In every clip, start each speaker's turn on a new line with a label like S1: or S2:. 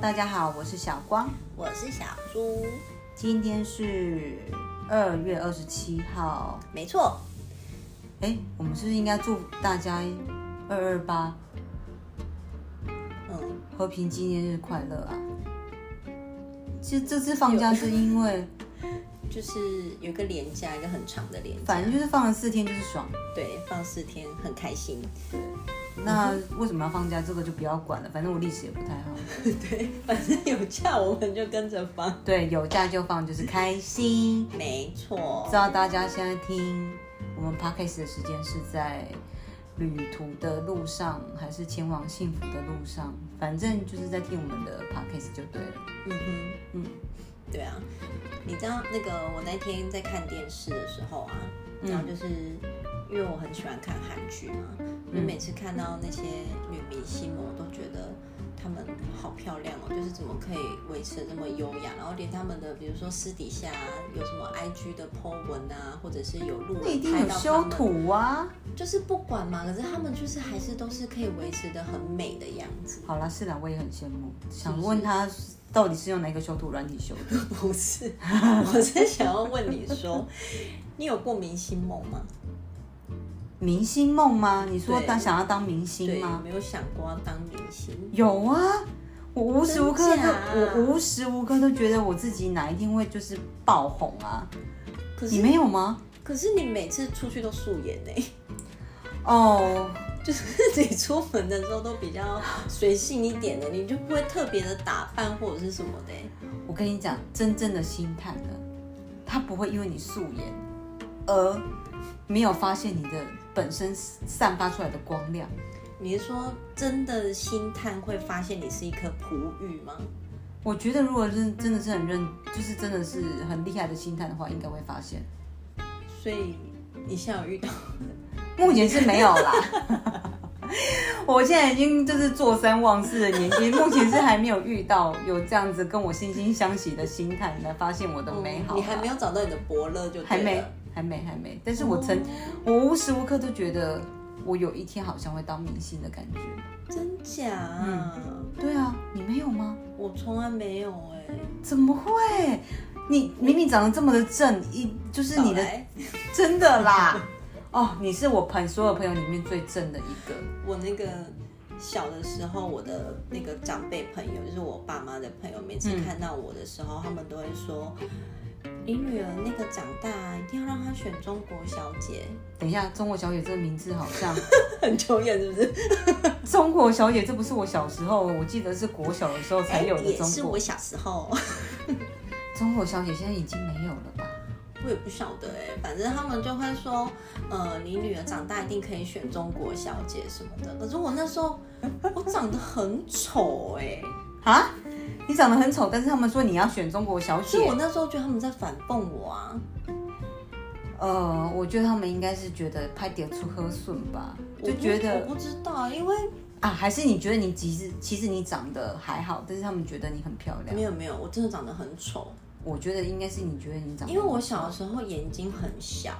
S1: 大家好，我是小光，
S2: 我是小猪，
S1: 今天是二月二十七号。
S2: 没错，
S1: 哎，我们是不是应该祝大家二二八
S2: 嗯，
S1: 和平纪念日快乐啊？其实这次放假是因为，
S2: 就是有一个连假，一个很长的连假，
S1: 反正就是放了四天就是爽。
S2: 对，放四天很开心，
S1: 那为什么要放假？这个就不要管了，反正我历史也不太好。
S2: 对，反正有假我们就跟着放，
S1: 对，有假就放，就是开心。
S2: 没错
S1: 不知，道大家现在听我们 podcast 的时间是在旅途的路上，还是前往幸福的路上？反正就是在听我们的 podcast 就对了。
S2: 嗯哼，嗯，对啊，你知道那个我那天在看电视的时候啊，
S1: 嗯
S2: 然后就是。因为我很喜欢看韩剧嘛，
S1: 嗯
S2: 我每次看到那些女明星们，我都觉得她们好漂亮哦，就是怎么可以维持得这么优雅，然后连她们的比如说私底下、啊、有什么 IG 的 po 文啊，或者是有路
S1: 那一
S2: 人
S1: 定
S2: 拍
S1: 有
S2: 到
S1: 修
S2: 她们，
S1: 图啊！
S2: 就是不管嘛，可是她们就是还是都是可以维持的很美的样子，
S1: 好啦，是啦，我也很羡慕，想问他到底是用哪个修图软体修的？
S2: 不是？我是想要问你说，你有过明星梦吗？
S1: 明星梦吗？你说
S2: 对
S1: 当想要当明
S2: 对，
S1: 星
S2: 有
S1: 吗？
S2: 没有想过要当明星？
S1: 有啊，我无时无刻
S2: 真
S1: 都，
S2: 假
S1: 我无时无刻都觉得我自己哪一天会就是爆红啊！
S2: 可
S1: 你
S2: 是
S1: 没有吗？
S2: 可是你每次出去都素颜呢、
S1: 哦、
S2: 就是你出门的时候都比较随性一点的，你就不会特别的打扮或者是什么的欸、
S1: 我跟你讲，真正的星探呢，他不会因为你素颜而没有发现你的本身散发出来的光亮。
S2: 你是说真的星探会发现你是一颗璞玉吗？
S1: 我觉得，如果是真的是很认，就是真的是很厉害的星探的话，应该会发现。
S2: 所以你现在有遇到，
S1: 目前是没有啦。我现在已经就是坐三望四的年纪，目前是还没有遇到有这样子跟我惺惺相惜的星探来发现我的美好啦、
S2: 哦你还没有找到你的伯乐就对了
S1: 啊
S2: 啊哦
S1: 还没，还没，还没。但是我曾，我无时无刻都觉得我有一天好像会当明星的感觉。
S2: 真假？
S1: 对啊，你没有吗？
S2: 我从来没有哎、
S1: 怎么会？你明明长得这么的正，一就是你的
S2: 少来
S1: 真的啦。哦，你是我朋所有朋友里面最正的一个。
S2: 我那个小的时候，我的那个长辈朋友，就是我爸妈的朋友，每次看到我的时候，他们都会说：“你女儿那个长大一定要让她选中国小姐。
S1: 等一下，中国小姐这个名字好像”
S2: 很久远是不是？
S1: 中国小姐，这不是我小时候，我记得是国小的时候才有的
S2: 哎也
S1: 中
S2: 是
S1: 国
S2: 我。小时候，
S1: 中国小姐现在已经没有了吧？
S2: 我也不晓得哎、反正他们就会说：“呃，你女儿长大一定可以选中国小姐什么的。”可是我那时候我长得很丑哎、
S1: 啊？你长得很丑，但是他们说你要选中国小姐
S2: 所以。我那时候觉得他们在反讽我啊。
S1: 呃，我觉得他们应该是觉得拍点出喝顺吧，就
S2: 我不
S1: 觉
S2: 我
S1: 得
S2: 不知道，因为
S1: 啊，还是你觉得你其实其实你长得还好，但是他们觉得你很漂亮
S2: 没。有没有，我真的长得很丑，
S1: 我觉得应该是你觉得你长得，
S2: 因为我小的时候眼睛很小，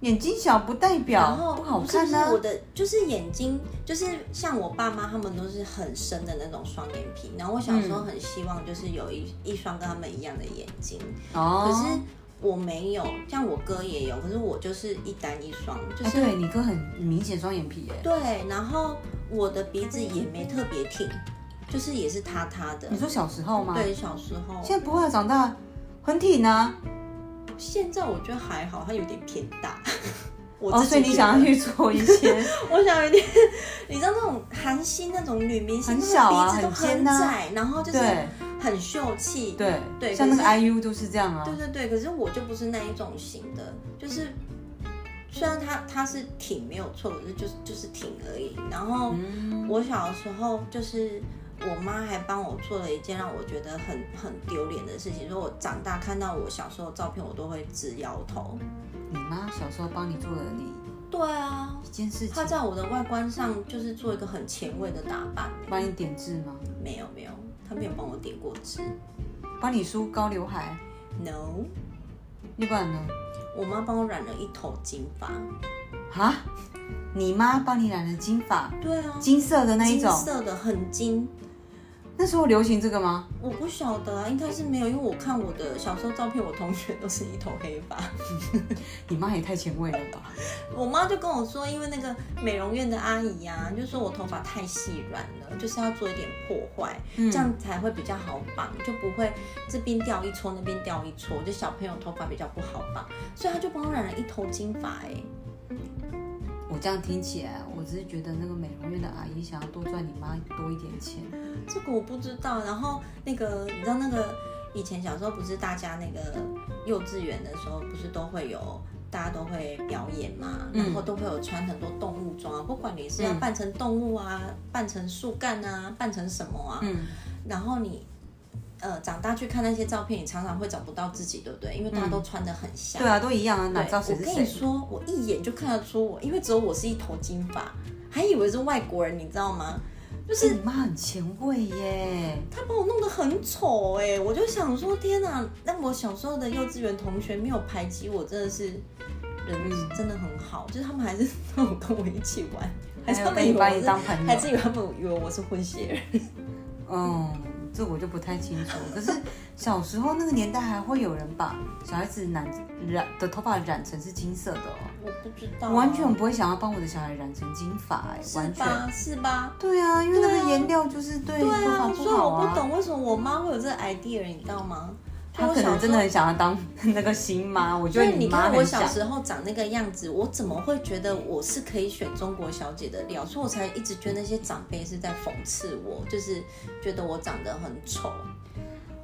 S1: 眼睛小不代
S2: 然
S1: 表
S2: 后
S1: 不好
S2: 是
S1: 看
S2: 是
S1: 啊
S2: 我。的就是眼睛，就是像我爸妈他们都是很深的那种双眼皮，然后我小时
S1: 嗯
S2: 候很希望就是有一一双跟他们一样的眼睛，可是
S1: 哦，
S2: 我没有，像我哥也有，可是我就是一单一双，就
S1: 哎，
S2: 是、
S1: 对你哥很明显双眼皮耶。
S2: 对，然后我的鼻子也没特别挺，就是也是塌塌的
S1: 你，说小时候吗？
S2: 对，小时候，
S1: 现在不会啊，长大很挺啊。
S2: 现在我觉得还好，它有点偏大。 我
S1: 哦，
S2: 自己
S1: 所以你
S2: 觉
S1: 想
S2: 得
S1: 要去做一 些，
S2: 我想有点，你知道那种韩星那种女明星，
S1: 很小啊
S2: 她们鼻子都
S1: 很
S2: 很
S1: 尖啊
S2: 窄，然后就是
S1: 对
S2: 很秀气。
S1: 对
S2: 对
S1: 像那个
S2: 可
S1: IU 都是这样啊。
S2: 对对对，可是我就不是那一种型的，就是虽然她她是挺没有错，可是就是就是挺而已。然后我小的时候就是。我妈还帮我做了一件让我觉得很很丢脸的事情，说我长大看到我小时候的照片，我都会直摇头。
S1: 你妈小时候帮你做了你
S2: 对啊，
S1: 一件事情
S2: 她，在我的外观上就是做一个很前卫的打扮、
S1: 帮你点痣吗？
S2: 没有没有，他没有帮我点过痣。
S1: 帮你梳高刘海，
S2: No，
S1: 要不然呢？
S2: 我妈帮我染了一头金发。
S1: 啊？你妈帮你染了金发，
S2: 对啊，
S1: 金色的那一种，
S2: 金色的很金，
S1: 那时候流行这个吗？
S2: 我不晓得啊，应该是没有，因为我看我的小时候照片，我同学都是一头黑发。
S1: 你妈也太前卫了吧！
S2: 我妈就跟我说，因为那个美容院的阿姨啊，就说我头发太细软了，就是要做一点破坏，
S1: 嗯
S2: 这样才会比较好绑，就不会这边掉一撮，那边掉一撮，就小朋友头发比较不好绑，所以她就帮我染了一头金发、欸。哎，
S1: 我这样听起来，我只是觉得那个美容院的阿姨想要多赚你妈多一点钱。
S2: 这个我不知道。然后那个你知道那个以前小时候不是大家那个幼稚园的时候，不是都会有大家都会表演嘛，
S1: 嗯
S2: 然后都会有穿很多动物装啊，不管你是要扮成动物啊，扮成树干啊，扮成什么啊，
S1: 嗯，
S2: 然后你。呃，长大去看那些照片，你常常会找不到自己，对不对？因为大家都穿的很像。
S1: 对啊，都一样啊，哪
S2: 对，
S1: 知道谁
S2: 我
S1: 是
S2: 跟你
S1: 谁？
S2: 说，我一眼就看得出我，因为只有我是一头金发，还以为是外国人，你知道吗？就是
S1: 你妈很前卫耶。
S2: 他把我弄得很丑哎、我就想说天哪、那我小时候的幼稚园同学没有排挤我，真的是人
S1: 嗯
S2: 真的很好，就是他们还是那种跟我一起玩，还
S1: 还
S2: 是他
S1: 有
S2: 们
S1: 被
S2: 以
S1: 你
S2: 为
S1: 把
S2: 我
S1: 你
S2: 是
S1: 当朋友
S2: 还是以为他们以为我是混血儿。
S1: 嗯，这我就不太清 楚。可是小时候那个年代还会有人把小孩子染染的头发染成是金色的哦，
S2: 我不知道啊、
S1: 我完全不会想要帮我的小孩染成金发、哎，
S2: 是
S1: 完全。
S2: 吧？是吧？
S1: 对啊，因为那
S2: 对啊
S1: 个颜料就是对
S2: 对
S1: 头发
S2: 啊，
S1: 不
S2: 所以
S1: 好
S2: 我不
S1: 啊。
S2: 懂为什么我妈会有这个 idea，你知道吗？
S1: 他
S2: 就我
S1: 可
S2: 小
S1: 能
S2: 时
S1: 真的
S2: 候
S1: 很想要当那个新 妈，我觉
S2: 所
S1: 得
S2: 以你
S1: 妈
S2: 看我
S1: 很
S2: 小
S1: 想。
S2: 时候长那个样子，我怎么会觉得我是可以选中国小姐的料？所以我才一直觉得那些长辈是在讽刺我，就是觉得我长得很丑，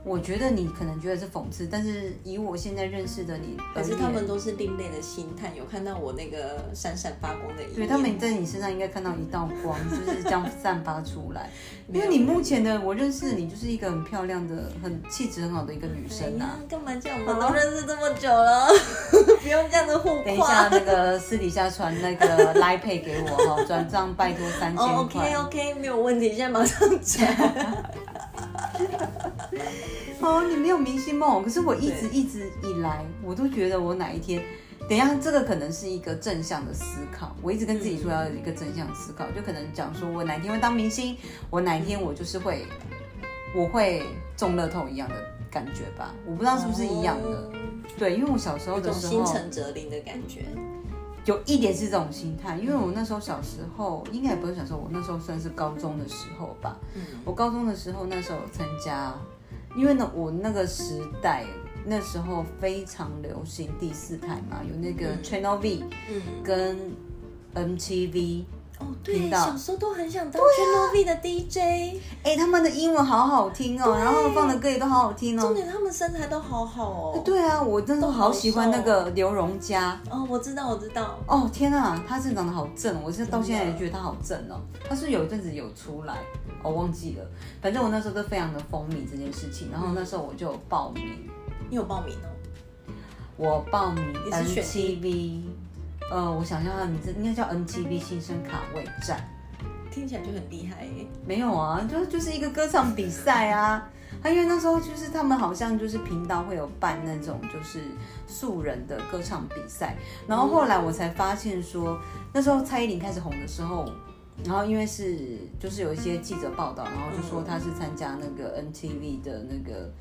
S1: 我觉得你可能觉得是讽刺，但是以我现在认识的你而
S2: 可
S1: 言，
S2: 是他们都是另类的心态，有看到我那个闪闪发光的一面。
S1: 对他们在你身上应该看到一道 光，就是这样散发出来。因为
S2: 有
S1: 你目前的我认识你，就是一个很漂亮的、很气质很好的一个女
S2: 哎
S1: 生 啊。，
S2: 呀干嘛这样？我们都认识这么久了， 不用这样子互
S1: 等一
S2: 夸
S1: 下。那个私底下传那个来配给我哈，转账拜托三 千
S2: 哦、o
S1: 块
S2: k。OK，没有问题，现在马上转。
S1: 哦，你没有明星梦，可是我一
S2: 嗯
S1: 直一直以来，我都觉得我哪一天，等一下这个可能是一个正向的思考，我一直跟自己说要有一个正向的思考，就可能讲说我哪一天会当明星，我哪一天我就是会，我会中乐透一样的感觉吧，我不知道是不是一样的，
S2: 哦
S1: 对，因为我小时候
S2: 有
S1: 的
S2: 种
S1: 时
S2: 心
S1: 候。
S2: 诚则灵的感觉。
S1: 有一点是这种心态，因为我那时候小时候，应该也不是小时候，我那时候算是高中的时候吧。
S2: 嗯，
S1: 我高中的时候，那时候有参加，因为呢，我那个时代那时候非常流行第四台嘛，有那个
S2: 嗯
S1: Channel V
S2: 嗯。
S1: 跟 MTV，
S2: 哦，对，
S1: 频道
S2: 小时候都很想当 c h a n n V 的 DJ，、
S1: 哎、他们的英文好好听哦，然后放的歌也都好好听
S2: 重
S1: 哦。
S2: 点他们身材都好好哦。
S1: 对啊，我那时候好喜欢
S2: 都
S1: 那
S2: 哦好瘦
S1: 个刘荣佳。
S2: 哦，我知道，我知道。
S1: 哦天啊，他真的长得好正，我是到现在
S2: 真
S1: 也
S2: 的
S1: 觉得他好正哦。他是有一阵子有出来，我、忘记了，反正我那时候都非常的风靡这件事情，然后那时候我就有报名，
S2: 你有报名哦？
S1: 我报名
S2: 你是选
S1: MTV，呃，我想一下他的名字，应该叫 MTV 新生卡位战，
S2: 听起来就很厉害耶。
S1: 没有啊，就就是一个歌唱比赛啊。他因为那时候就是他们好像就是频道会有办那种就是素人的歌唱比赛，然后后来我才发现说，那时候蔡依林开始红的时候，然后因为是就是有一些记者报道，然后就说她是参加那个 NTV 的那个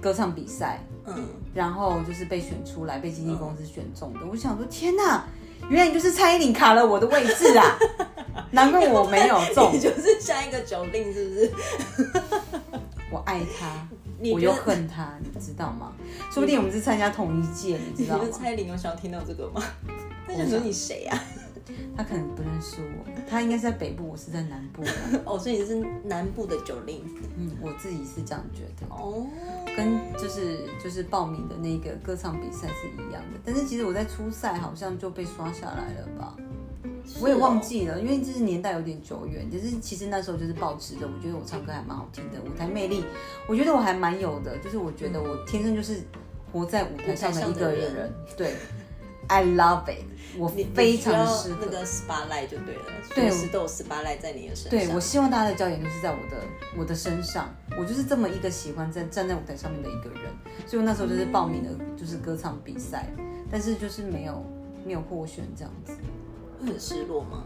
S1: 歌唱比赛，
S2: 嗯，
S1: 然后就是被选出来，被经纪公司选中的。我想说，天哪，原来你就是蔡依林卡了我的位置啊！难怪我没有 中
S2: 你，就是下一个九令，是不是？
S1: 我爱她，
S2: 你
S1: 我又
S2: 觉得
S1: 恨她，你知道吗？说不定我们是参加同一届，你
S2: 你
S1: 知道
S2: 觉
S1: 吗
S2: 得？蔡依林有想要听到这个吗？他
S1: 我
S2: 想说
S1: 想
S2: 你谁啊？
S1: 她可能不认识我，她应该是在北部，我是在南部。
S2: 哦，所以你是南部的九令。
S1: 嗯，我自己是这样觉得。
S2: 哦，
S1: 跟就是就是报名的那个歌唱比赛是一样的，但是其实我在初赛好像就被刷下来了吧，我也忘记了，因为就是年代有点久远。但是其实那时候就是保持着，我觉得我唱歌还蛮好听的，舞台魅力，我觉得我还蛮有的，就是我觉得我天生就是活在舞台上的一个
S2: 舞台
S1: 人，
S2: 上的人
S1: 对，I love it，我
S2: 你你
S1: 非常
S2: 需
S1: 适
S2: 要
S1: 合。
S2: 那个 spotlight 就对了，
S1: 对
S2: 随时都有 spotlight 在你的身上。
S1: 对，我希望大家的焦点就是在我的我的身上，我就是这么一个喜欢站站在舞台上面的一个人，所以我那时候就是报名了就是歌唱比赛，但是就是没有没有获选这样子。
S2: 会很失落吗？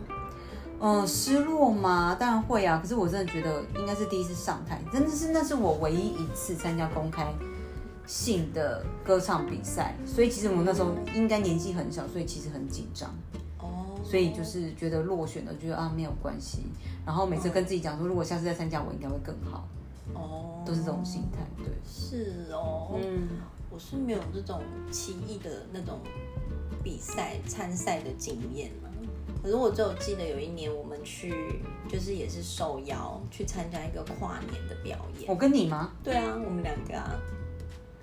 S1: 嗯、嗯，失落吗？当然会啊。可是我真的觉得应该是第一次上台，真的是那是我唯一一次参加公开性的歌唱比赛，所以其实我那时候应该年纪很小，所以其实很紧张。
S2: 哦，
S1: 所以就是觉得落选了，觉得啊没有关系。然后每次跟自己讲说，如果下次再参加，我应该会更好，
S2: 哦，
S1: 都是这种心态。对，
S2: 是哦，
S1: 嗯，
S2: 我是没有这种奇异的那种比赛参赛的经验啊。可是我只有记得有一年我们去，就是也是受邀去参加一个跨年的表演。
S1: 我跟你吗？
S2: 对啊，我们两个啊，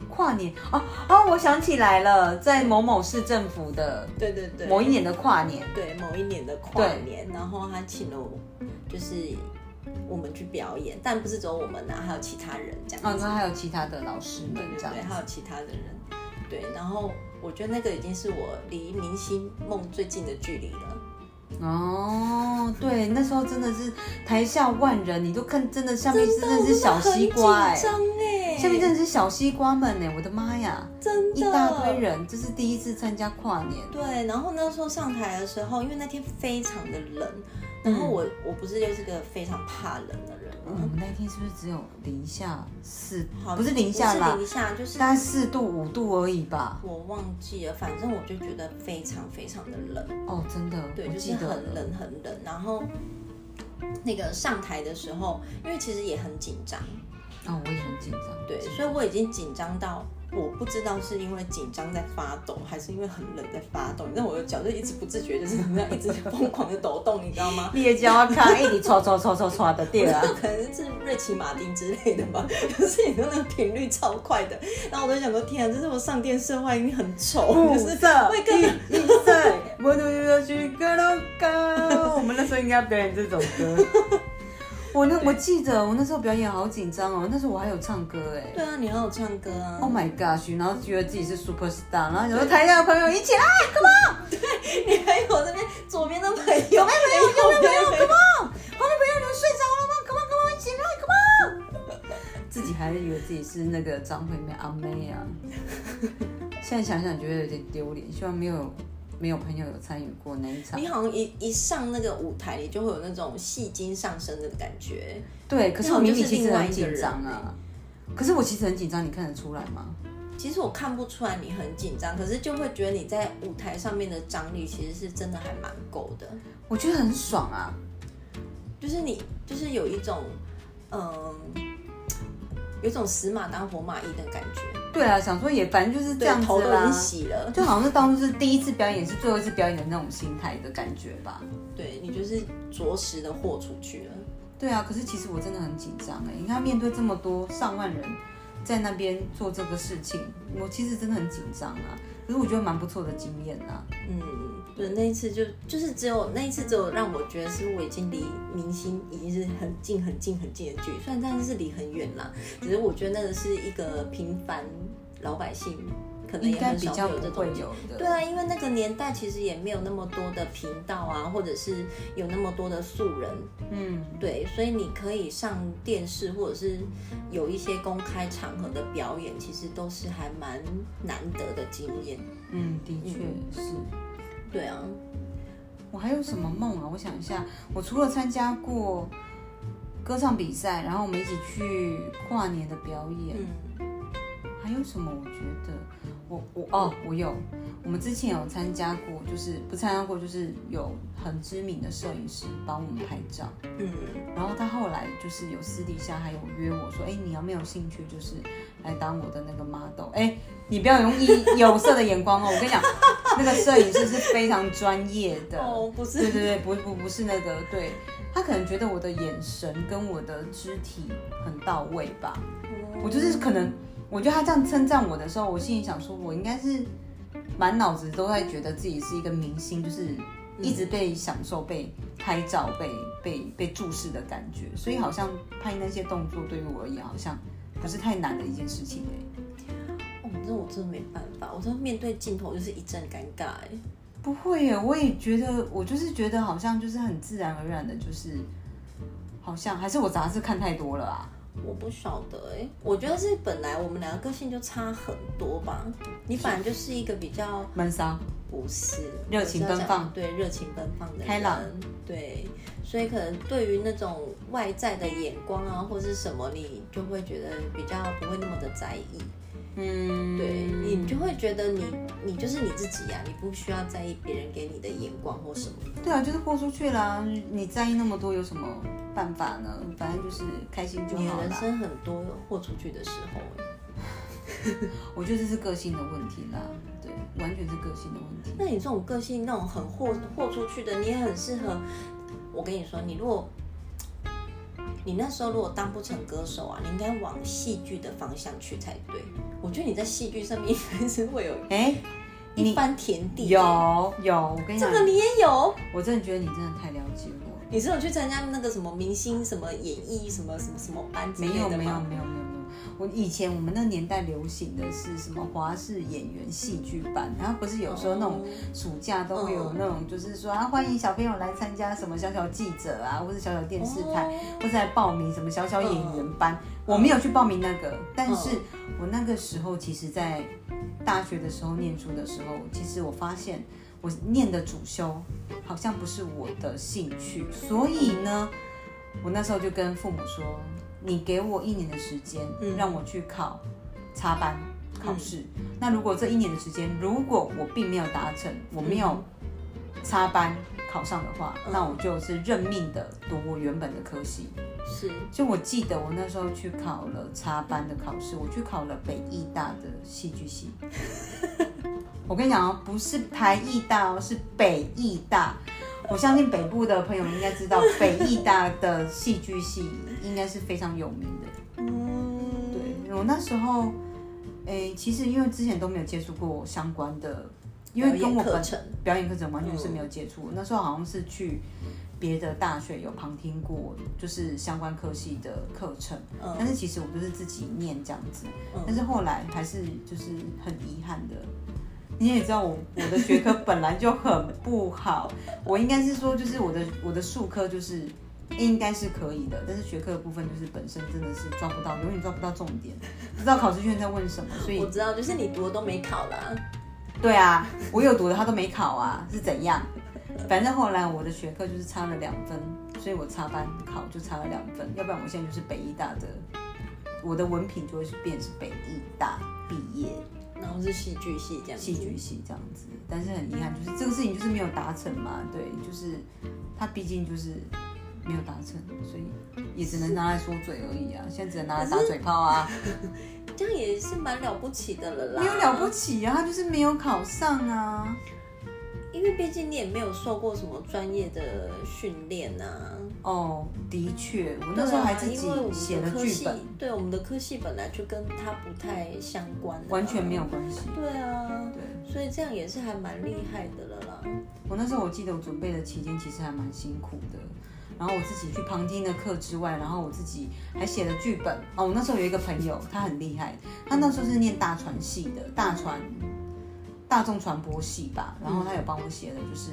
S1: 跨年哦哦，我想起来了，在某某市政府的
S2: 对对对，
S1: 某一年的跨年，
S2: 对某一年的跨年，然后他请了我，就是我们去表演，但不是只有我们啊，还有其他人这
S1: 哦，
S2: 样子，
S1: 那还有其他的老师们
S2: 对对
S1: 这样
S2: 对，
S1: 子
S2: 还有其他的人，对，然后我觉得那个已经是我离明星梦最近的距离了，
S1: 哦，对，那时候真的是台下万人，你都看，真的下面真的是
S2: 是
S1: 小西瓜哎、
S2: 张哎，
S1: 下面真的是小西瓜们哎、我的妈呀，
S2: 真的
S1: 一大堆。人，这是第一次参加跨年，
S2: 对，然后那时候上台的时候，因为那天非常的冷，然后我、我不是又是个非常怕冷的人
S1: 我
S2: 吗？
S1: 们那天是不是只有零下四
S2: 好，
S1: 不是零下
S2: 不
S1: 啦
S2: 是，零下就是
S1: 大概四度五度而已吧？
S2: 我忘记了，反正我就觉得非常非常的冷，
S1: 哦，真的，
S2: 对，
S1: 我
S2: 就是
S1: 记得了
S2: 很冷很冷。然后那个上台的时候，因为其实也很紧张，
S1: 哦，我也很紧张，
S2: 对，所以我已经紧张到我不知道是因为紧张在发抖，还是因为很冷在发抖。你知道我的脚就一直不自觉，就是你知道一直疯狂的抖动，你知道吗？
S1: 裂胶看，哎，你 刷刷刷刷刷的对啊，
S2: 可能是瑞奇马丁之类的吧，就是你的那个频率超快的，然后我就想说，天啊，这是我上电视的话一定很丑，就是会更
S1: 一岁，我努力的去高 高。我们那时候应该要表演这首歌。我那我记得我那时候表演好紧张哦，那时候我还有唱歌哎。
S2: 对啊，你还有唱歌啊
S1: Oh my gosh！然后觉得自己是 super star，然后想说台下的朋友一起 来，
S2: 你还有那边左边的朋友，没有，没有，没有，
S1: 旁边朋友你们睡着了吗？Come on come on，一起来，Come on！自己还以为自己是那个张惠妹阿妹 啊，现在想想觉得有点丢脸，希望没有没有朋友有参与过那一场
S2: 你。好像一一上那个舞台，你就会有那种戏精上身的感觉。
S1: 对，可是我
S2: 嗯那我
S1: 明
S2: 就
S1: 明
S2: 是
S1: 其实
S2: 另外
S1: 很
S2: 一个
S1: 紧
S2: 人欸
S1: 张啊。可是我其实很紧张，你看得出来吗？
S2: 其实我看不出来你很紧张，可是就会觉得你在舞台上面的张力其实是真的还蛮够的，
S1: 我觉得很爽啊！
S2: 就是你就是有一种嗯，有一种死马当活马医的感觉，
S1: 对啊，想说也反正就是这
S2: 对
S1: 样，子
S2: 头都已
S1: 啦
S2: 经，洗了，
S1: 就好像是当初是第一次表演，是最后一次表演的那种心态的感觉吧。
S2: 对你就是着实的豁出去了。
S1: 对啊，可是其实我真的很紧张哎、你看面对这么多上万人在那边做这个事情，我其实真的很紧张啊。可是我觉得蛮不错的经验啊。
S2: 嗯，对，那一次就就是只有那一次，只有让我觉得是我已经离明星已经是很近很近很近的距离，虽然但是离很远啦，只是我觉得那个是一个平凡老百姓可能
S1: 应
S2: 也
S1: 该
S2: 很
S1: 比
S2: 少
S1: 较
S2: 会有
S1: 不
S2: 这
S1: 会
S2: 种。
S1: 有的，
S2: 对啊，因为那个年代其实也没有那么多的频道啊，或者是有那么多的素人，
S1: 嗯，
S2: 对，所以你可以上电视或者是有一些公开场合的表演，其实都是还蛮难得的经验。
S1: 嗯，的确是。
S2: 对啊，
S1: 我还有什么梦啊？我想一下，我除了参加过歌唱比赛，然后我们一起去跨年的表演，
S2: 嗯。
S1: 还有什么？我觉得我我哦，我有，我们之前有参加过，就是不参加过，就是有很知名的摄影师帮我们拍照，
S2: 嗯，
S1: 然后他后来就是有私底下还有约我说，哎，你要没有兴趣，就是来当我的那个 model。哎，你不要用异有色的眼光哦，我跟你讲，那个摄影师是非常专业的。
S2: 哦，不
S1: 对对
S2: 是，
S1: 对，不不不是那个，对他可能觉得我的眼神跟我的肢体很到位吧。我就是可能，我觉得他这样称赞我的时候，我心里想说，我应该是满脑子都在觉得自己是一个明星，就是一直被享受、被拍照、被被被注视的感觉，所以好像拍那些动作对于我而言，好像不是太难的一件事情哎、
S2: 哦，这我真的没办法，我真的面对镜头就是一阵尴尬哎。
S1: 不会耶，我也觉得，我就是觉得好像就是很自然而然的，就是好像还是我杂志看太多了啊。
S2: 我不晓得哎、我觉得是本来我们两个个性就差很多吧。你本来就是一个比较
S1: 闷骚，
S2: 不是
S1: 热情奔放
S2: 我是要讲对热情奔放的人
S1: 开朗，
S2: 对，所以可能对于那种外在的眼光啊，或是什么，你就会觉得比较不会那么的在意。
S1: 嗯，
S2: 对你就会觉得你你就是你自己呀、你不需要在意别人给你的眼光或什么。
S1: 对啊，就是豁出去啦，你在意那么多有什么办法呢？反正就是开心就
S2: 你
S1: 好
S2: 的人
S1: 了。
S2: 生很多豁出去的时候欸，
S1: 我觉得这是个性的问题啦，对，完全是个性的问题。
S2: 那你这种个性那种很豁豁出去的，你也很适合。我跟你说，你如果你那时候如果当不成歌手啊，你应该往戏剧的方向去才对。我觉得你在戏剧上面应该是会有
S1: 哎、
S2: 一番田地。，
S1: 有有，我跟你
S2: 这
S1: 讲，
S2: 个你也有。
S1: 我真的觉得你真的太了解我了。
S2: 你是有去参加那个什么明星什么演艺什么什么什么班之
S1: 没
S2: 类
S1: 有
S2: 的吗？
S1: 没有没有没有没有，我以前我们那年代流行的是什么华视演员戏剧班，然后不是有时候那种
S2: 哦
S1: 暑假都会有那种，就是说啊欢迎小朋友来参加什么小小记者啊，或者小小电视台，
S2: 哦
S1: 或者来报名什么小小演员班。我没有去报名那个，但是我那个时候其实，在大学的时候念书的时候，其实我发现我念的主修好像不是我的兴趣，所以呢，我那时候就跟父母说，你给我一年的时间，让我去考插班考试。那如果这一年的时间，如果我并没有达成，我没有插班考上的话，
S2: 嗯
S1: 那我就是认命的读我原本的科系。
S2: 哦是
S1: 就我记得我那时候去考了插班的考试，我去考了北艺大的戏剧 系。我跟你讲哦，不是台艺大哦，是北艺大。我相信北部的朋友们应该知道，北艺大的戏剧系应该是非常有名的。
S2: 嗯，对，
S1: 对我那时候，诶、其实因为之前都没有接触过相关的，因为跟我
S2: 表演课
S1: 本
S2: 程
S1: 表演课程完全是没有接触。那时候好像是去别的大学有旁听过，就是相关科系的课程，但是其实我就是自己念这样子。但是后来还是就是很遗憾的。你也知道我我的学科本来就很不好，我应该是说就是我的我的数科就是应该是可以的，但是学科的部分就是本身真的是抓不到，永远抓不到重点，不知道考试卷在问什么，所以
S2: 我知道，就是你读的都没考啦。
S1: 对啊，我有读的他都没考啊，是怎样？反正后来我的学科就是差了两分，所以我插班考就差了两分，要不然我现在就是北医大的，我的文凭就会是变是北医大毕业
S2: 然后是戏剧系这样子，
S1: 戏剧系这样子。但是很遗憾，就是这个事情就是没有达成嘛，对，就是他毕竟就是没有达成，所以也只能拿来说嘴而已啊，现在只能拿来打嘴炮啊，
S2: 这样也是蛮了不起的了啦。
S1: 没有了不起啊，他就是没有考上啊。
S2: 因为毕竟你也没有受过什么专业的训练啊。
S1: 哦，的确，我
S2: 对
S1: 那
S2: 啊
S1: 时候还自己
S2: 因为我们的
S1: 写了
S2: 科
S1: 剧
S2: 系
S1: 本，，
S2: 对我们的科系本来就跟它不太相关、
S1: 完全没有。
S2: 嗯
S1: 关系。
S2: 对啊，
S1: 对，
S2: 所以这样也是还蛮厉害的了啦。
S1: 我那时候我记得我准备的期间其实还蛮辛苦的，然后我自己去旁听的课之外，然后我自己还写了剧本。哦，我那时候有一个朋友，他很厉害，他那时候是念大传系的，大传。大众传播系吧，然后他有帮我写了就是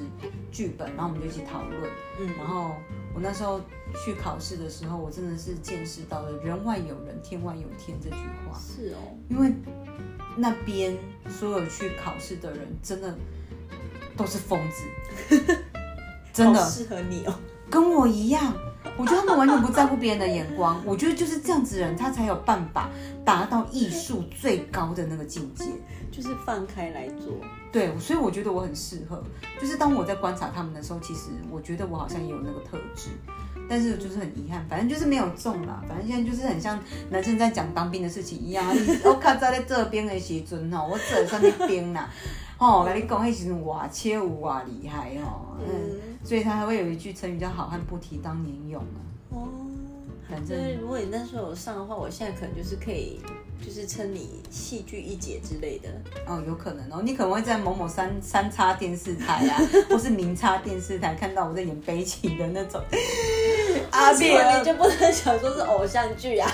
S1: 剧本，然后我们就一起讨论。
S2: 嗯
S1: 然后我那时候去考试的时候，我真的是见识到了“人外有人，天外有天”这句话。
S2: 是哦，
S1: 因为那边所有去考试的人真的都是疯子，真
S2: 好
S1: 的
S2: 适合你哦。
S1: 跟我一样。我觉得他们完全不在乎别人的眼光，我觉得就是这样子的人，他才有办法达到艺术最高的那个境界。
S2: 就是放开来做，
S1: 对，所以我觉得我很适合。就是当我在观察他们的时候，其实我觉得我好像也有那个特质，但是就是很遗憾，反正就是没有中啦。反正现在就是很像男生在讲当兵的事情一样啊。你我靠，在这边的时阵哦吼，我做上面兵啦，吼、跟你讲，迄时阵哇切有哇厉害吼、嗯，
S2: 嗯，
S1: 所以他还会有一句成语叫“好汉不提当年勇”啊。
S2: 哦，
S1: 反
S2: 就
S1: 正
S2: 是如果你那时候有上的话，我现在可能就是可以，就是称你戏剧一姐之类的。
S1: 哦，有可能哦，你可能会在某某三三叉电视台 啊，或是明叉电视台看到我在演悲 情的那种。阿
S2: 为什么你就不能想说是偶像剧啊？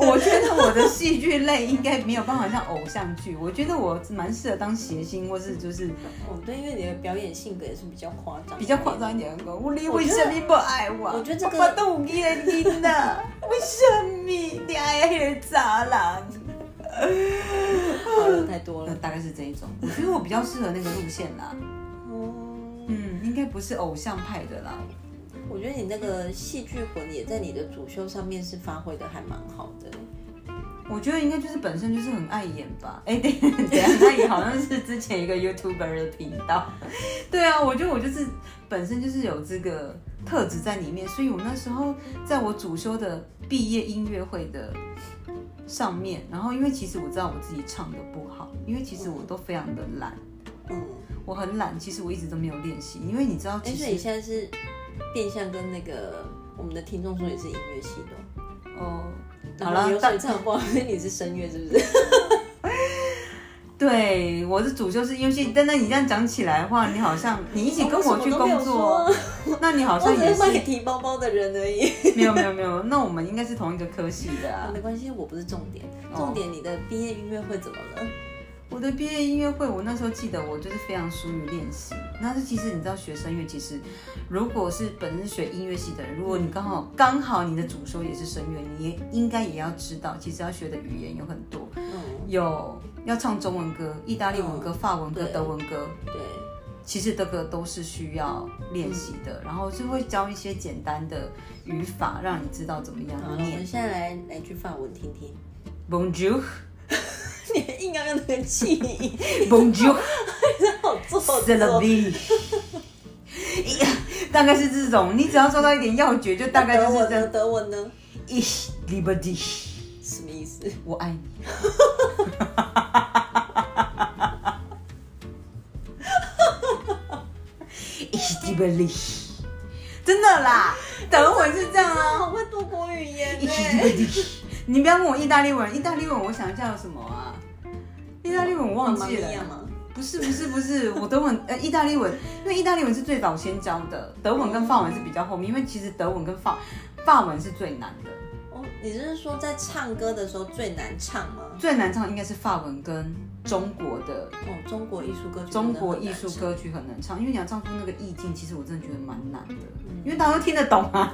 S1: 我觉得我的戏剧类应该没有办法像偶像剧，我觉得我蛮适合当谐星，或是就是
S2: 哦，对，因为你的表演性格也是比较夸张，
S1: 比较夸张一。点的歌。我你为什么不爱我？
S2: 我觉得这个
S1: 我都有记得你呐，为什么你爱那个渣男？
S2: 好了，太多
S1: 呃
S2: 了。
S1: 大概是这一种，我觉得我比较适合那个路线啦。
S2: 嗯，
S1: 嗯，应该不是偶像派的啦。
S2: 我觉得你那个戏剧魂也在你的主修上面是发挥的还蛮好的。
S1: 我觉得应该就是本身就是很碍眼吧。哎、 对，对啊，那也好像是之前一个 YouTuber 的频道。对啊，我觉得我就是本身就是有这个特质在里面，所以我那时候在我主修的毕业音乐会的上面，然后因为其实我知道我自己唱的不好，因为其实我都非常的懒，
S2: 嗯，
S1: 我很懒，其实我一直都没有练习，因为你知道，
S2: 哎，
S1: 其
S2: 所以你
S1: 实
S2: 现在是变相跟那个我们的听众说你是音乐系的哦。
S1: 哦，
S2: 然
S1: 好
S2: 后
S1: 了
S2: 你，又
S1: 大
S2: 水唱不好，所以你是声乐是不是？
S1: 对，我是主修是音乐系，但那你这样讲起来的话，你好像你一起 跟我去工作，
S2: 我
S1: 那你好
S2: 我
S1: 像
S2: 只
S1: 也
S2: 是帮你
S1: 是
S2: 提包包的人而已。
S1: 没有没有没有，那我们应该是同一个科系的 啊。
S2: 没关系，我不是重点，哦重点你的毕业音乐会怎么了？
S1: 我的毕业音乐会，我那时候记得我就是非常疏于练习。那是其实你知道，学声乐其实如果是本身是学音乐系的人，如果你刚好刚好你的主修也是声乐，你也应该也要知道，其实要学的语言有很多，
S2: 嗯，
S1: 有要唱中文歌、意大利文歌、
S2: 嗯
S1: 法文歌、
S2: 对
S1: 德文歌，
S2: 对，
S1: 其实这个都是需要练习的，然后就会教一些简单的语法，让你知道怎么
S2: 好
S1: 样
S2: 了，我们
S1: 念。
S2: 现在来来句法文听听。
S1: Bonjour，Bonjour，
S2: 你还硬要用那个气音，好做
S1: c e l
S2: 作。
S1: b 大概是这种，你只要抓到一点要诀，就大概就
S2: 德
S1: 是
S2: 文
S1: 这
S2: 呢？
S1: 样。
S2: 德文呢？
S1: Ich liebe dich，
S2: 什么意思？
S1: 我爱你。Ich liebe dich，真的啦，德文是这样啊。
S2: 好哦会多国语言 呢。
S1: 你不要问我意大利文，意大利文我想一下有什么啊？意大利文我忘记
S2: 一样
S1: 了，
S2: 吗？
S1: 不是不是不是，我德文呃 意大利文，因为意大利文是最早先教的，德文跟法文是比较后面，因为其实德文跟法法文是最难的，
S2: 哦，你是说在唱歌的时候最难唱吗？
S1: 最难唱应该是法文跟中国的
S2: 哦，中国艺术歌曲真的
S1: 中
S2: 很难唱，
S1: 国艺术歌曲很难唱，因为你要唱出那个意境，其实我真的觉得蛮难的，
S2: 嗯
S1: 因为大家都听得懂啊。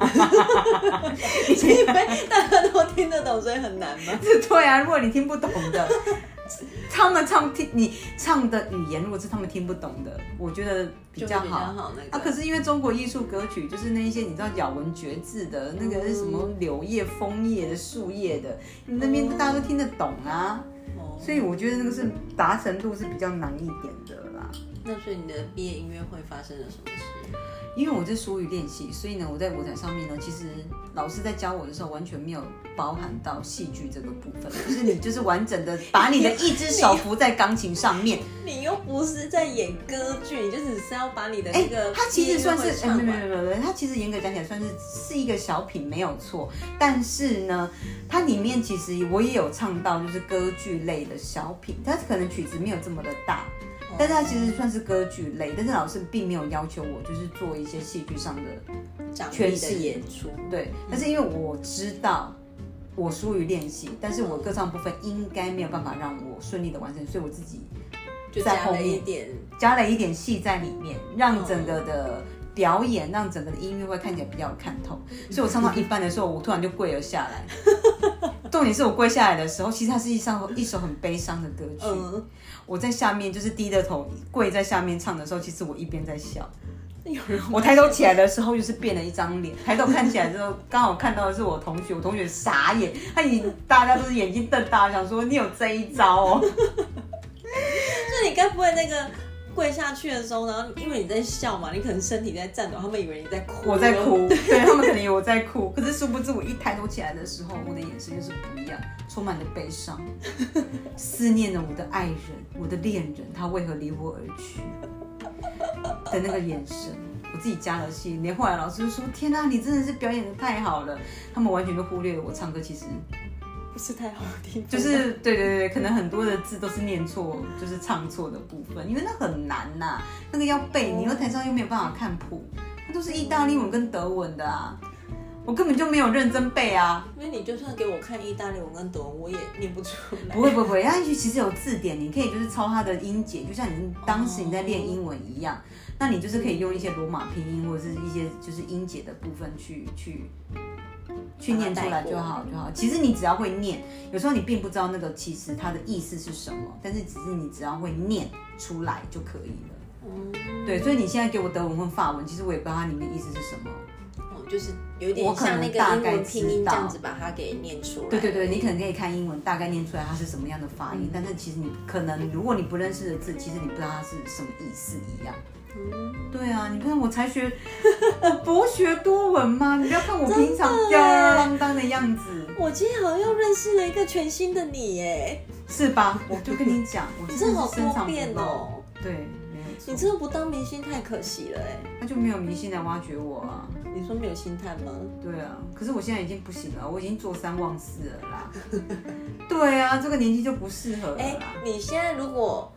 S2: 是 因为大家都听得懂，所以很难吗？
S1: 对啊，如果你听不懂的， 他们唱听你唱的语言，如果是他们听不懂的，我觉得比较
S2: 就比
S1: 好。
S2: 较好那个。
S1: 啊，可是因为中国艺术歌曲就是那一些你知道咬文嚼字的那个
S2: 嗯
S1: 什么柳叶、枫叶的、树叶的，你那边大家都听得懂啊，
S2: 哦
S1: 所以我觉得那个是达成度是比较难一点的啦。
S2: 那所以你的毕业音乐会发生了什么事？
S1: 因为我是疏于练习，所以呢，我在舞台上面呢，其实老师在教我的时候，完全没有包含到戏剧这个部分，就是你就是完整的把你的一只手扶在钢琴上面。
S2: 你又不是在演歌剧，你就只是要把你的
S1: 哎
S2: 那个，
S1: 它其
S2: 毕业
S1: 实
S2: 音
S1: 算
S2: 乐嗯会
S1: 是，
S2: 唱
S1: 哎，
S2: 完
S1: 没没没没没，它其实严格讲起来算是是一个小品，没有错。但是呢，它里面其实我也有唱到，就是歌剧类的小品，它可能曲子没有这么的大，
S2: 哦
S1: 但是它其实算是歌剧类。但是老师并没有要求我就是做一些戏剧上的
S2: 奖励
S1: 全
S2: 的
S1: 是
S2: 演出，
S1: 对，但是因为我知道我疏于练习，但是我歌唱部分应该没有办法让我顺利的完成，所以我自己
S2: 就
S1: 在
S2: 加
S1: 后
S2: 了一
S1: 面
S2: 点
S1: 加了一点戏在里面，让整个的表演，让整个的音乐会看起来比较有看头。所以我唱到一半的时候，我突然就跪了下来。 重点是我跪下来的时候，其实它是一首一首很悲伤的歌曲。
S2: 嗯，
S1: 我在下面就是低着头跪在下面唱的时候，其实我一边在笑。
S2: 有人
S1: 我抬头起来的时候，就是变了一张脸。抬头看起来之后，刚好看到的是我同学，我同学傻眼，他已经大家都是眼睛瞪大，想说你有这一招哦。
S2: 那你该不会那个跪下去的时候，然后因为你在笑嘛，你可能身体在颤抖，他们以为你在哭，
S1: 我在哭，对他们可能以为我在哭，可是殊不知我一抬头起来的时候，我的眼神就是不一样，充满了悲伤，思念了我的爱人，我的恋人，他为何离我而去的那个眼神。我自己加了戏，连后来老师就说：“天啊，你真的是表演的太好了。”他们完全就忽略了我唱歌其实
S2: 不是太好听，
S1: 就是对对对，可能很多的字都是念错，就是唱错的部分，因为那很难呐、那个要背，你又台上又没有办法看谱，那都是意大利文跟德文的啊。我根本就没有认真背啊。
S2: 因为你就算给我看意大利文跟德文，我也念不出来。
S1: 不会不会，它其实有字典，你可以就是抄它的音节，就像你当时你在练英文一样。那你就是可以用一些罗马拼音或者是一些就是音节的部分去去去念出来就好就好。其实你只要会念，有时候你并不知道那个其实它的意思是什么，但是只是你只要会念出来就可以了。
S2: 嗯，
S1: 对，所以你现在给我德文或法文，其实我也不知道它里面意思是什么。
S2: 我就是有
S1: 我
S2: 点
S1: 可
S2: 像
S1: 能
S2: 那个
S1: 大
S2: 英
S1: 概
S2: 文
S1: 知
S2: 拼音这
S1: 道
S2: 样子把它给念出 来。
S1: 对对对，你可能可以看英文，大概念出来它是什么样的发音，
S2: 嗯
S1: 但是其实你可能如果你不认识的字，其实你不知道它是什么意思一样。
S2: 嗯，
S1: 对啊，你看我才学， 我博学多闻吗？你不要看我平常
S2: 真的耶
S1: 吊儿郎当的样子，
S2: 我今天好像又认识了一个全新的你耶，
S1: 是吧？我就跟你讲，我
S2: 你
S1: 真
S2: 真
S1: 的
S2: 的好
S1: 是深
S2: 多
S1: 藏不
S2: 变
S1: 露。
S2: 哦。
S1: 对，没有错，
S2: 你真的不当明星太可惜了哎。
S1: 他就没有迷信来挖掘我啊。
S2: 你说没有心态吗？
S1: 对啊，可是我现在已经不行了，我已经坐三望四了 啦。对啊，这个年纪就不适合了
S2: 哎、
S1: 啦。
S2: 你现在如果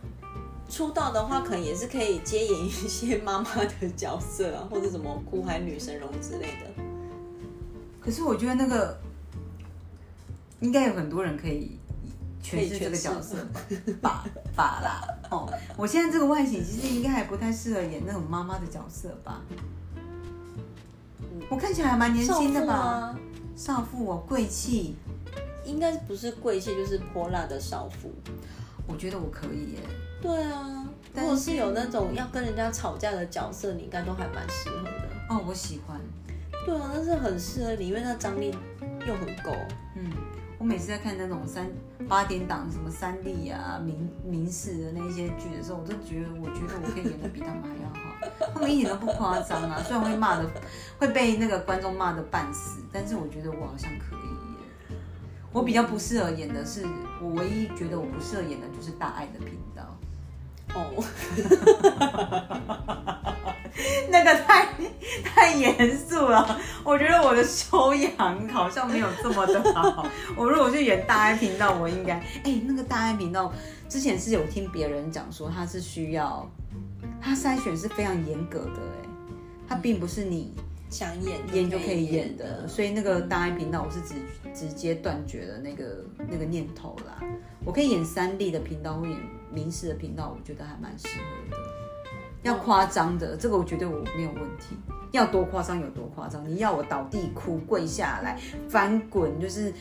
S2: 出道的话，可能也是可以接演一些妈妈的角色啊，或者什么苦海女神容之类的。
S1: 可是我觉得那个应该有很多人可以诠释这个角色 吧，吧啦。哦，我现在这个外形其实应该还不太适合演那种妈妈的角色吧。我看起来还蛮年
S2: 少
S1: 轻的
S2: 妇
S1: 吧？
S2: 啊，
S1: 嗯少妇哦，贵气，
S2: 应该不是贵气，就是泼辣的少妇。
S1: 我觉得我可以耶。
S2: 对啊，如
S1: 但
S2: 果是有那种要跟人家吵架的角色，你应该都还蛮适合的。
S1: 哦，我喜欢。
S2: 对啊，但是很适合你，因为那张力又很够。
S1: 嗯，我每次在看那种三八点档什么三立啊、民民视的那一些剧的时候，我都觉得，我觉得我可以演的比他们还要好，他们一点都不夸张啊。虽然会骂的，会被那个观众骂的半死，但是我觉得我好像可以耶。我比较不适合演的是，我唯一觉得我不适合演的就是大爱的频道，
S2: 哦，
S1: 那个太太严肃了。我觉得我的修养好像没有这么的好。我如果去演大爱频道，我应该哎、那个大爱频道之前是有听别人讲说，它是需要它筛选是非常严格的、哎，它并不是你
S2: 想演
S1: 演就可以演的，
S2: 的，
S1: 所以那个大爱频道我是直直接断绝了那个那个念头啦。我可以演三 D 的频道或演民视的频道，我觉得还蛮适合的。要夸张的，这个我觉得我没有问题。要多夸张有多夸张，你要我倒地哭、跪下来、翻滚，就是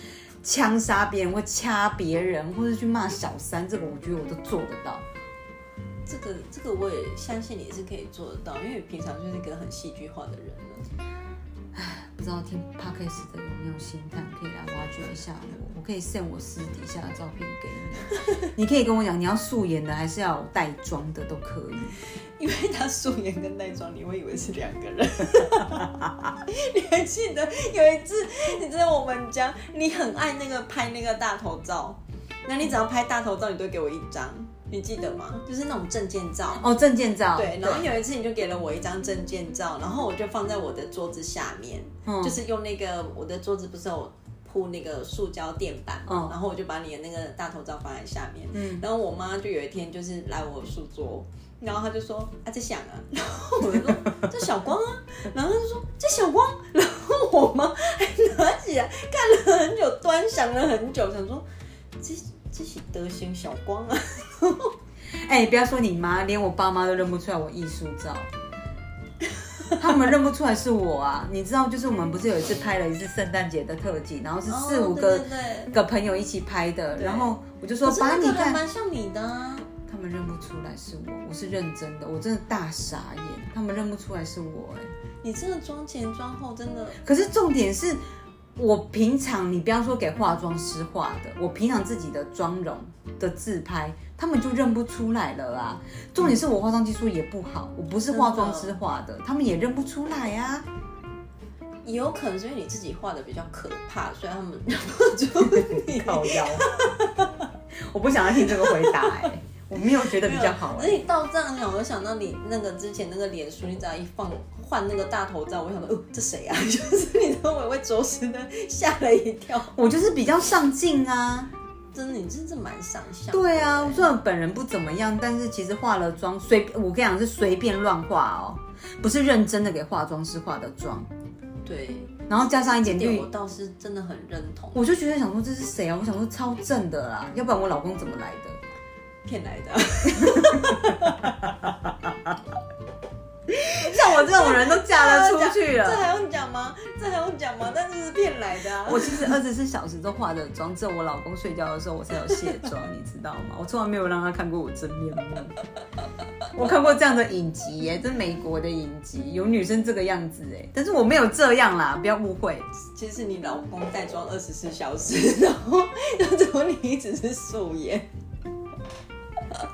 S1: 枪杀别人或掐别人，或者去骂小三，这个我觉得我都做得到。
S2: 这个这个我也相信你是可以做得到，因为你平常就是一个很戏剧化的人了。
S1: 不知道听 podcast 的有没有心态，可以来挖掘一下我。我可以 send 我私底下的照片给你，你可以跟我讲你要素颜的，还是要有带妆的都可以。
S2: 因为他素颜跟带妆，你会以为是两个人。 你还记得有一次你在我们家，你很爱那个拍那个大头照，那你只要拍大头照，你都会给我一张，你记得吗？就是那种证件照。
S1: 哦，证件照，
S2: 对，然后有一次你就给了我一张证件照，然后我就放在我的桌子下面，
S1: 嗯
S2: 就是用那个我的桌子不是有铺那个塑胶垫板
S1: 嗯，
S2: 嘛然后我就把你的那个大头照放在下面，
S1: 嗯
S2: 然后我妈就有一天就是来我书桌，然后她就说啊这想啊， 然后我就说这小光啊， 然后她就说这小光， 然后我妈还拿起来看了很久，端详了很久，想说这这是德行小光啊，
S1: 哎、不要说你妈，连我爸妈都认不出来我艺术 照，他们认不出来是我啊。你知道，就是我们不是有一次拍了一次圣诞节的特辑，然后是四
S2: 哦
S1: 五个、
S2: 对对对
S1: 个朋友一起拍的，然后我就说
S2: 可是
S1: 把
S2: 那
S1: 你
S2: 个还
S1: 看，
S2: 蛮像你的、啊，
S1: 他们认不出来是我，我是认真的，我真的大傻眼，他们认不出来是我哎、
S2: 你真的妆前妆后真的
S1: 可是重点是我平常，你不要说给化妆师化的，我平常自己的妆容的自拍，他们就认不出来了啊。重点是我化妆技术也不好，我不是化妆师化的，他们也认不出来啊。
S2: 也有可能是因为你自己画的比较可怕，所以他们认不出 你。
S1: 腰，我不想要听这个回答哎、 我没有觉得比较好
S2: 而
S1: 哎、
S2: 且你到这样讲，我就想到你那个之前那个脸书，你只要一放换那个大头照，我想到，哦、这谁啊？ 就是你的我会着实的吓了一跳。
S1: 我就是比较上进啊。
S2: 真的，你真的蛮想象。
S1: 对啊，虽然本人不怎么样，但是其实化了妆，随我跟你讲是随便乱化哦，不是认真的给化妆师化的妆。
S2: 对，
S1: 然后加上一点
S2: 这
S1: 绿嗯
S2: 点我，倒是真的很认同，
S1: 我就觉得想说这是谁啊？我想说超正的啦，要不然我老公怎么来的？
S2: 骗来的。啊
S1: 像哎我这种人都嫁了出去
S2: 这
S1: 了。
S2: 还用讲吗？这还用讲吗？但这是骗来的、啊。
S1: 我其实二十四小时都化着妆，只有我老公睡觉的时候我才有卸妆， 你知道吗？我从来没有让他看过我真面目。 我看过这样的影集耶，这美国的影集有女生这个样子哎，但是我没有这样啦，不要误会。
S2: 其实你老公在装二十四小时， 然后然后你只是素颜，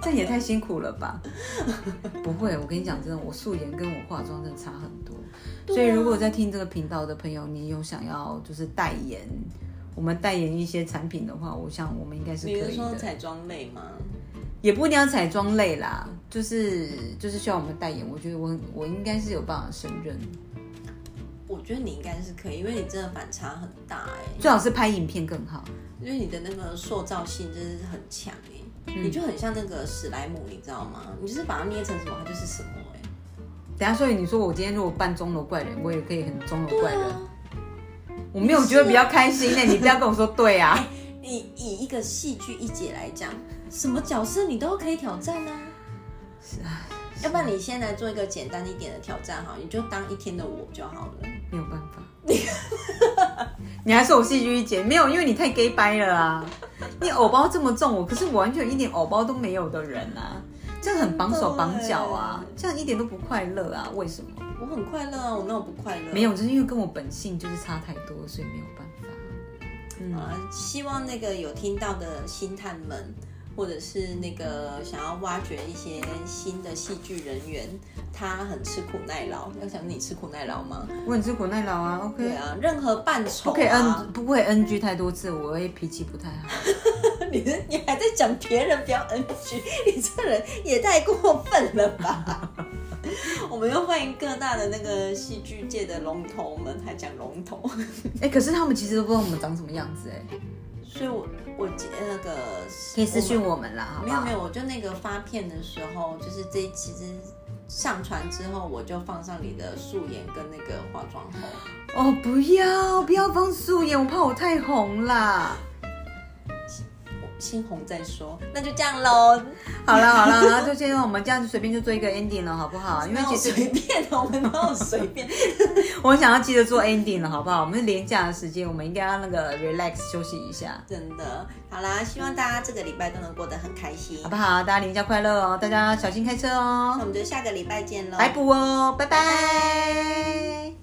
S1: 这也太辛苦了吧？ 不会，我跟你讲真的，我素颜跟我化妆真的差很多。
S2: 啊
S1: 所以如果在听这个频道的朋友，你有想要就是代言，我们代言一些产品的话，我想我们应该是可
S2: 你是
S1: 以
S2: 说
S1: 的。
S2: 彩妆类吗？
S1: 也不一定要彩妆类啦，就是就是需要我们代言，我觉得我我应该是有办法胜任，
S2: 我觉得你应该是可以，因为你真的反差很大哎、
S1: 最好是拍影片更好。
S2: 因为你的那个塑造性真的是很强哎、
S1: 嗯
S2: 你就很像那个史莱姆，你知道吗？你就是把它捏成什么，它就是什么哎、
S1: 等一下，所以你说我今天如果扮钟楼怪人，我也可以很钟楼怪人，
S2: 啊，
S1: 我没有觉得比较开心呢、你不要跟我说对啊。
S2: 你以一个戏剧一姐来讲，什么角色你都可以挑战啊。
S1: 啊
S2: 要不然你先来做一个简单一点的挑战好，你就当一天的我就好了。
S1: 没有办法。 你还说我戏剧一姐没有，因为你太 gay 掰了啊！你偶包这么重，我可是完全一点偶包都没有的人啊，这样很绑手绑脚啊，这样一点都不快乐啊！为什么？
S2: 我很快乐啊，我那我不快乐。
S1: 没有，就是因为跟我本性就是差太多，所以没有办法。
S2: 啊，希望那个有听到的星探们，或者是那个想要挖掘一些新的戏剧人员，他很吃苦耐劳。要想你吃苦耐劳吗？
S1: 我很吃苦耐劳啊，OK，
S2: 对啊，任何扮丑、
S1: 不
S2: 啊，
S1: 可以 N 不会 NG 太多次，我会脾气不太好。
S2: 你是你还在讲别人不要 NG，你这人也太过分了吧！ 我们又欢迎各大的那个戏剧界的龙头们，还讲龙头，
S1: 哎、可是他们其实都不知道我们长什么样子哎、
S2: 所以我我记得那个
S1: 可以私讯我们啦，好不
S2: 没有
S1: 好？
S2: 没有，我就那个发片的时候，就是这其实上传之后，我就放上你的素颜跟那个化妆后。
S1: 哦，不要不要放素颜，我怕我太红啦。
S2: 先红再说，那就这样喽。
S1: 好啦好啦，然后就先让我们这样子随便就做一个 ending 了，好不好？因为
S2: 那
S1: 其
S2: 我
S1: 实
S2: 随便，我们那我随便。
S1: 我想要急着做 ending 了，好不好？我们是廉价的时间，我们应该要那个 relax 休息一下，
S2: 真的，好啦，希望大家这个礼拜都能过得很开心
S1: 好。不好？大家廉假快乐哦，大家小心开车
S2: 那
S1: 哦，
S2: 我们就下个礼拜见喽，
S1: 来补哦，拜拜